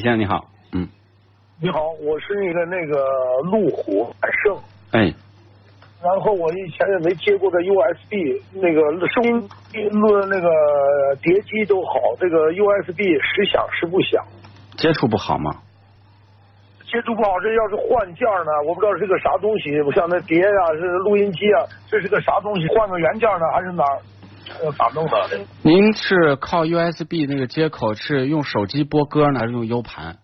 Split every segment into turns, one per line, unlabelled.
先生你好，嗯，
你好，我是那个那个路虎揽胜，
哎，
然后我以前也没接过的 USB，那个收音机录那个碟机都好，这个 USB 时响时不响，
接触不好吗？
接触不好。这要是换件儿呢，我不知道是个啥东西，我像那碟呀、是录音机啊，这是个啥东西？换个原件儿呢，还是哪儿？呃，咋弄的？这
您是靠 USB 那个接口是用手机播歌呢，还是用 U 盘？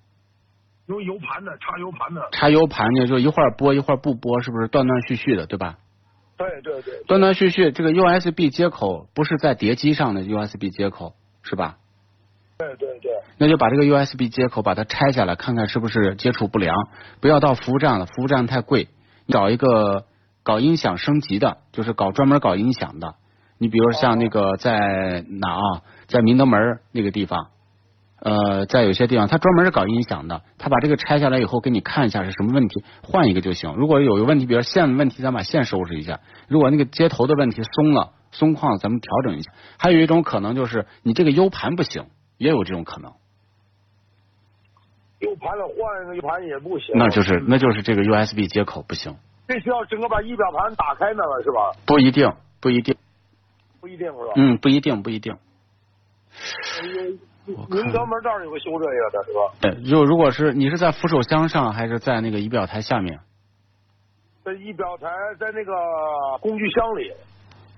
有有 U 盘的，插 U 盘的。
插 U 盘呢，就一会儿播一会儿不播，是不是断断续续的，对吧？
对对对，
断断续续，这个 USB 接口不是在碟机上的 USB 接口是吧？
对对对，
那就把这个 USB 接口把它拆下来，看看是不是接触不良。不要到服务站了，服务站太贵，你找一个搞音响升级的，就是搞专门搞音响的。你比如像那个在哪啊，在明德门儿那个地方，呃，在有些地方他专门是搞音响的，他把这个拆下来以后给你看一下是什么问题，换一个就行。如果有问题，比如线问题，咱把线收拾一下；如果那个接头的问题松了、松旷了，咱们调整一下。还有一种可能就是你这个 U 盘不行，也有这种可能。
U 盘的换一个 U 盘也不行。
那就是那就是这个 USB 接口不行，
必须要整个把仪表盘打开那了是吧？
不一定，不一定，
不一定是吧？
嗯，不一定，不一定。我看
您专门这儿有个修这个的是吧？
呃，就如果是你是在扶手箱上还是在那个仪表台下面？
在仪表台，在那个工具箱里。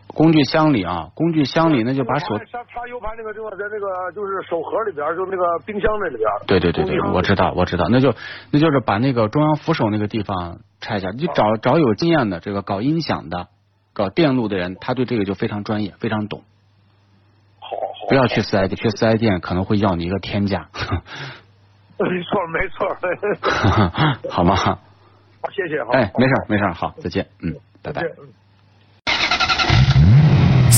工具箱里啊，工具箱里那就把手。
插插 U 盘那个地方，在那个就是手盒里边，就那个冰箱那里边。
对对对对，我知道我知道，那就那就是把那个中央扶手那个地方拆一下，你找找有经验的这个搞音响的、搞电路的人，他对这个就非常专业，非常懂。
好好。
不要去四 S 店，去四 S 店可能会要你一个天价，
没错没错。
好吗？
好，谢谢哈。
哎，没事儿没事儿，好，再见，嗯，拜拜。